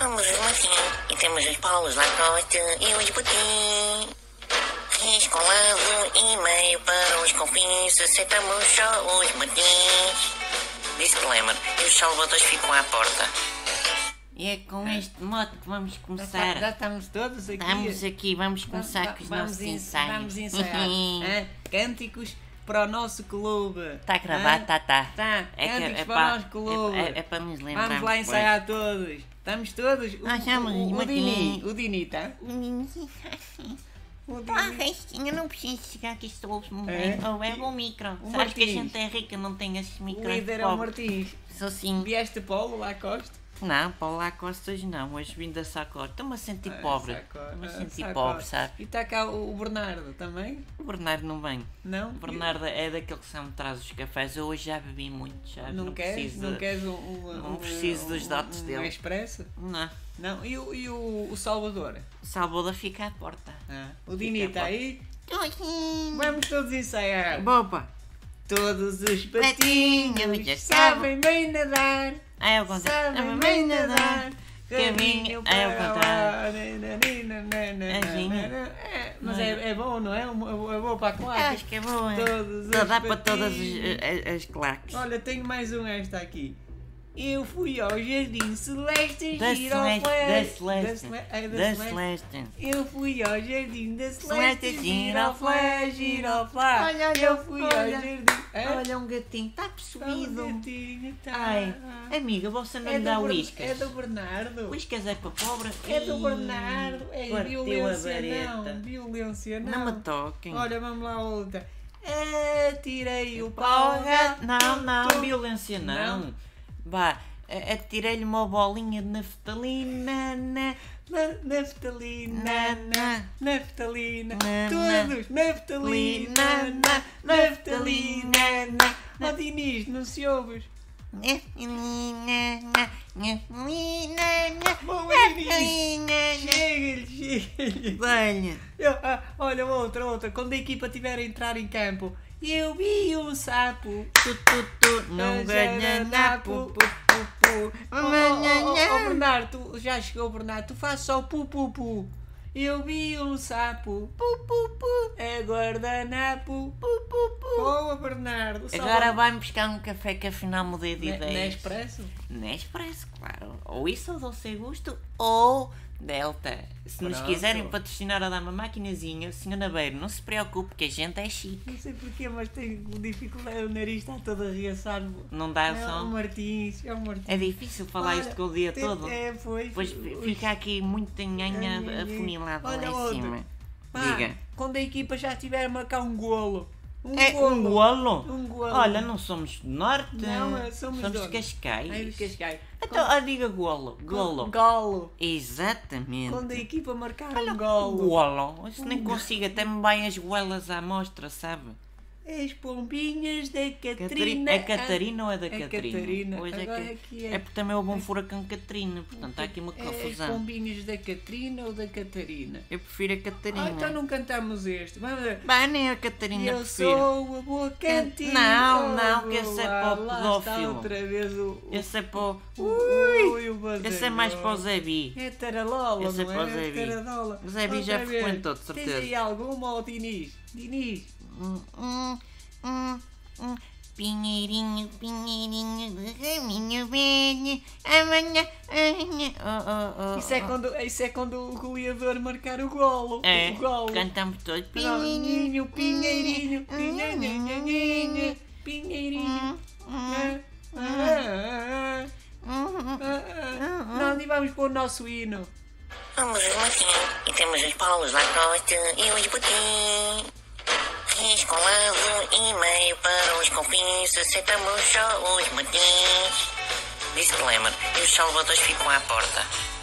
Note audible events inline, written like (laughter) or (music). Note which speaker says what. Speaker 1: Somos os mocinhos assim. e temos os Paulos Lacoste e os Putin. Escolado e-mail para os confins, aceitamos só os botins. Disclaimer, os salvadores ficam à porta.
Speaker 2: E é com este modo que vamos
Speaker 3: Já, tá- já
Speaker 2: começar.
Speaker 3: estamos todos aqui.
Speaker 2: Estamos aqui,
Speaker 3: Vamos-
Speaker 2: vamos começar com os
Speaker 3: vamos
Speaker 2: nossos
Speaker 3: en-
Speaker 2: ensaios.
Speaker 3: Vamos ensaiar. É.
Speaker 2: Uhum.
Speaker 3: hã? Cânticos para o nosso clube.
Speaker 2: Está a gravar,
Speaker 3: hã?
Speaker 2: tá, tá.
Speaker 3: Tá, cânticos para o nosso clube.
Speaker 2: é- é- é para nos lembrar.
Speaker 3: Vamos lá
Speaker 2: (laughs)
Speaker 3: ensaiar todos. Estamos todos. O,
Speaker 2: Nós somos
Speaker 3: o, o, o
Speaker 2: muito
Speaker 3: Dini,
Speaker 2: bem.
Speaker 3: o Dini, tá? O
Speaker 2: Ah,
Speaker 3: Dini.
Speaker 2: Restinha, não preciso chegar que estou ouvindo
Speaker 3: É?
Speaker 2: bem. Ou é o micro.
Speaker 3: O
Speaker 2: Sabes que a
Speaker 3: Martins.
Speaker 2: gente é rica, não tem esses
Speaker 3: O
Speaker 2: micros.
Speaker 3: líder é o
Speaker 2: pobres.
Speaker 3: Martins.
Speaker 2: Sou sim.
Speaker 3: Vieste Paulo lá Costa?
Speaker 2: Não, para lá Costa hoje não. Hoje vim da Sacote. Estou-me a sentir
Speaker 3: Ah,
Speaker 2: pobre.
Speaker 3: saco-
Speaker 2: Estou-me a
Speaker 3: ah,
Speaker 2: sentir
Speaker 3: saco.
Speaker 2: pobre, sabe?
Speaker 3: E está cá o, o Bernardo também?
Speaker 2: O Bernardo não vem.
Speaker 3: Não?
Speaker 2: O Bernardo é daquele que só me traz os cafés. Eu hoje já bebi muito, já
Speaker 3: Não,
Speaker 2: não
Speaker 3: queres?
Speaker 2: preciso.
Speaker 3: Não
Speaker 2: de-
Speaker 3: queres um, um,
Speaker 2: não
Speaker 3: um-
Speaker 2: preciso dos
Speaker 3: um-
Speaker 2: dotes
Speaker 3: um
Speaker 2: dele.
Speaker 3: expresso?
Speaker 2: Não.
Speaker 3: Não. E, o, e o, o Salvador?
Speaker 2: Salvou-la fica à porta.
Speaker 3: Ah, o Dini está aí?
Speaker 2: Estou aqui.
Speaker 3: Vamos todos ensaiar.
Speaker 2: Boba.
Speaker 3: Todos os
Speaker 2: Patinhos, já
Speaker 3: patinhos sabem bem nadar,
Speaker 2: Ah, é o contrário.
Speaker 3: sabem
Speaker 2: Ah,
Speaker 3: bem
Speaker 2: mas
Speaker 3: nadar.
Speaker 2: Caminho
Speaker 3: Caminho
Speaker 2: é o
Speaker 3: para lá. né,
Speaker 2: Anjinho.
Speaker 3: É, Mas é, é bom, não é? É bom é bom para a
Speaker 2: Eu
Speaker 3: classe.
Speaker 2: acho que é boa.
Speaker 3: Todos os
Speaker 2: Dá dá para todas
Speaker 3: patinhos.
Speaker 2: as, as, as claques.
Speaker 3: Olha, tenho mais um esta aqui. Eu fui ao Jardim Celeste
Speaker 2: Da
Speaker 3: giro ao
Speaker 2: Celeste. Da
Speaker 3: flash.
Speaker 2: Celeste.
Speaker 3: Cele- é, da
Speaker 2: Da
Speaker 3: Celeste.
Speaker 2: Celeste.
Speaker 3: Eu fui ao jardim da
Speaker 2: Celeste,
Speaker 3: Celeste, giroflé, giroflé.
Speaker 2: Olha, olha,
Speaker 3: eu fui ao
Speaker 2: olha.
Speaker 3: jardim. É? Hã?
Speaker 2: Olha, um gatinho está
Speaker 3: Subido.
Speaker 2: possuído. Ai, é amiga, você não me dá
Speaker 3: Ber-
Speaker 2: uíscas.
Speaker 3: tá. Ah, É do Bernardo.
Speaker 2: Uíscas é para pobre.
Speaker 3: É do
Speaker 2: Ih,
Speaker 3: Bernardo. É
Speaker 2: partiu a
Speaker 3: violência
Speaker 2: vareta.
Speaker 3: não. Violência não.
Speaker 2: Não me toquem.
Speaker 3: Olha, vamos lá outra. Atirei o pau ao
Speaker 2: Porra,
Speaker 3: gato.
Speaker 2: é, não, não,
Speaker 3: Tu-
Speaker 2: violência não.
Speaker 3: Não.
Speaker 2: Vá, a- atirei-lhe uma bolinha de naftalina. na-
Speaker 3: Na- Naftalina,
Speaker 2: Na-
Speaker 3: na- naftalina,
Speaker 2: Na-
Speaker 3: todos, naftalina, na- naftalina.
Speaker 2: na-
Speaker 3: Ó Dinis, não se ouves?
Speaker 2: naftalina, na- é naftalina, na-
Speaker 3: Boa, Dinis!
Speaker 2: naftalina,
Speaker 3: Chega-lhe, chega-lhe!
Speaker 2: na- Olha,
Speaker 3: Eu- ah, olha, outra, outra. Quando a equipa tiver a entrar em campo, eu vi um sapo.
Speaker 2: tu, tu, tu, não ganha nada.
Speaker 3: pu,
Speaker 2: pu-
Speaker 3: pu, pu, pu. Oh, oh, oh, oh, oh, Bernardo, tu- já chegou, Bernardo. Tu faz só pu, pu, pu. Eu vi um sapo. Pu, pu, pu. É guardanapo. Pu, pu, pu. Boa, Bernardo. Salva-
Speaker 2: Agora vai-me buscar um café que afinal mudei de
Speaker 3: Ne-
Speaker 2: ideia.
Speaker 3: Nespresso?
Speaker 2: Nespresso, claro. Ou isso ou Doce Gusto ou Delta. Se nos
Speaker 3: Pronto.
Speaker 2: quiserem patrocinar ou dar uma maquinazinha, Sr. Nabeiro, não se preocupe que a gente é chique.
Speaker 3: Não sei porquê, mas tenho dificuldade. O nariz está todo arregaçado.
Speaker 2: Não dá
Speaker 3: É o
Speaker 2: som?
Speaker 3: Martins, é o Martins.
Speaker 2: É difícil falar
Speaker 3: Olha,
Speaker 2: isto com o dia
Speaker 3: te-
Speaker 2: todo.
Speaker 3: É, foi.
Speaker 2: Depois
Speaker 3: Os-
Speaker 2: fica aqui muito nhanha
Speaker 3: Ai, ai, ai.
Speaker 2: afunilada lá
Speaker 3: Olha
Speaker 2: em
Speaker 3: outra.
Speaker 2: cima.
Speaker 3: Pá,
Speaker 2: Diga.
Speaker 3: Quando a equipa já tiver a marcar um golo. Um
Speaker 2: É
Speaker 3: golo.
Speaker 2: um golo?
Speaker 3: Um golo.
Speaker 2: Olha, não somos do norte.
Speaker 3: Não, é, somos de
Speaker 2: de
Speaker 3: onde?
Speaker 2: Cascais.
Speaker 3: Ai, de Cascais.
Speaker 2: Então, ah, diga golo.
Speaker 3: Quando-
Speaker 2: Golo.
Speaker 3: Golo.
Speaker 2: Exatamente.
Speaker 3: Quando a equipa marcar um golo.
Speaker 2: Golo. Isso nem consigo, até me vai as goelas à mostra, sabe?
Speaker 3: As pombinhas da Catarina.
Speaker 2: Catarina. É Catarina ou é da
Speaker 3: É
Speaker 2: Catarina?
Speaker 3: Catarina.
Speaker 2: Pois é,
Speaker 3: Agora
Speaker 2: Ca-
Speaker 3: aqui é-
Speaker 2: é porque também houve um furacão Catarina, portanto há aqui uma
Speaker 3: É As
Speaker 2: confusão.
Speaker 3: pombinhas da Catarina ou da Catarina?
Speaker 2: Eu prefiro a Catarina.
Speaker 3: Ah, então não cantamos este. Vamos ver.
Speaker 2: Bah, nem a Catarina
Speaker 3: Eu
Speaker 2: prefiro.
Speaker 3: sou a boa cantina.
Speaker 2: Não, não, que esse é
Speaker 3: Lá,
Speaker 2: para o
Speaker 3: lá está
Speaker 2: pedófilo.
Speaker 3: outra vez o. o-
Speaker 2: Esse é para
Speaker 3: Ui,
Speaker 2: Ui!
Speaker 3: o Bazarão.
Speaker 2: Esse é mais para o Zé Bi.
Speaker 3: É Tararola,
Speaker 2: Esse é
Speaker 3: não
Speaker 2: para o
Speaker 3: é?
Speaker 2: Zé Bi.
Speaker 3: Tararola.
Speaker 2: O Zé Bi já
Speaker 3: Outra vez.
Speaker 2: frequentou, de certeza.
Speaker 3: Tens aí alguma ou Diniz? Diniz,
Speaker 2: Hum, hum, hum, hum. Pinheirinho, pinheirinho do caminho velho, amanhã, amanhã. Oh, oh, oh,
Speaker 3: isso é
Speaker 2: oh.
Speaker 3: quando, isso é quando o goleador marcar o golo.
Speaker 2: É,
Speaker 3: O golo.
Speaker 2: cantamos todos.
Speaker 3: Pinheirinho, pinheirinho,
Speaker 2: Hum,
Speaker 3: pinheirinho, pinheirinho.
Speaker 2: hum.
Speaker 3: Ah, ah, ah, ah,
Speaker 2: Hum,
Speaker 3: ah. Nós vamos pôr o nosso hino.
Speaker 1: Somos os mocinhos e temos os Paulos Lacoste e os Putin. Escolado um e-mail para os confins, aceitamos só os botins. Disclaimer, os salvadores ficam à porta.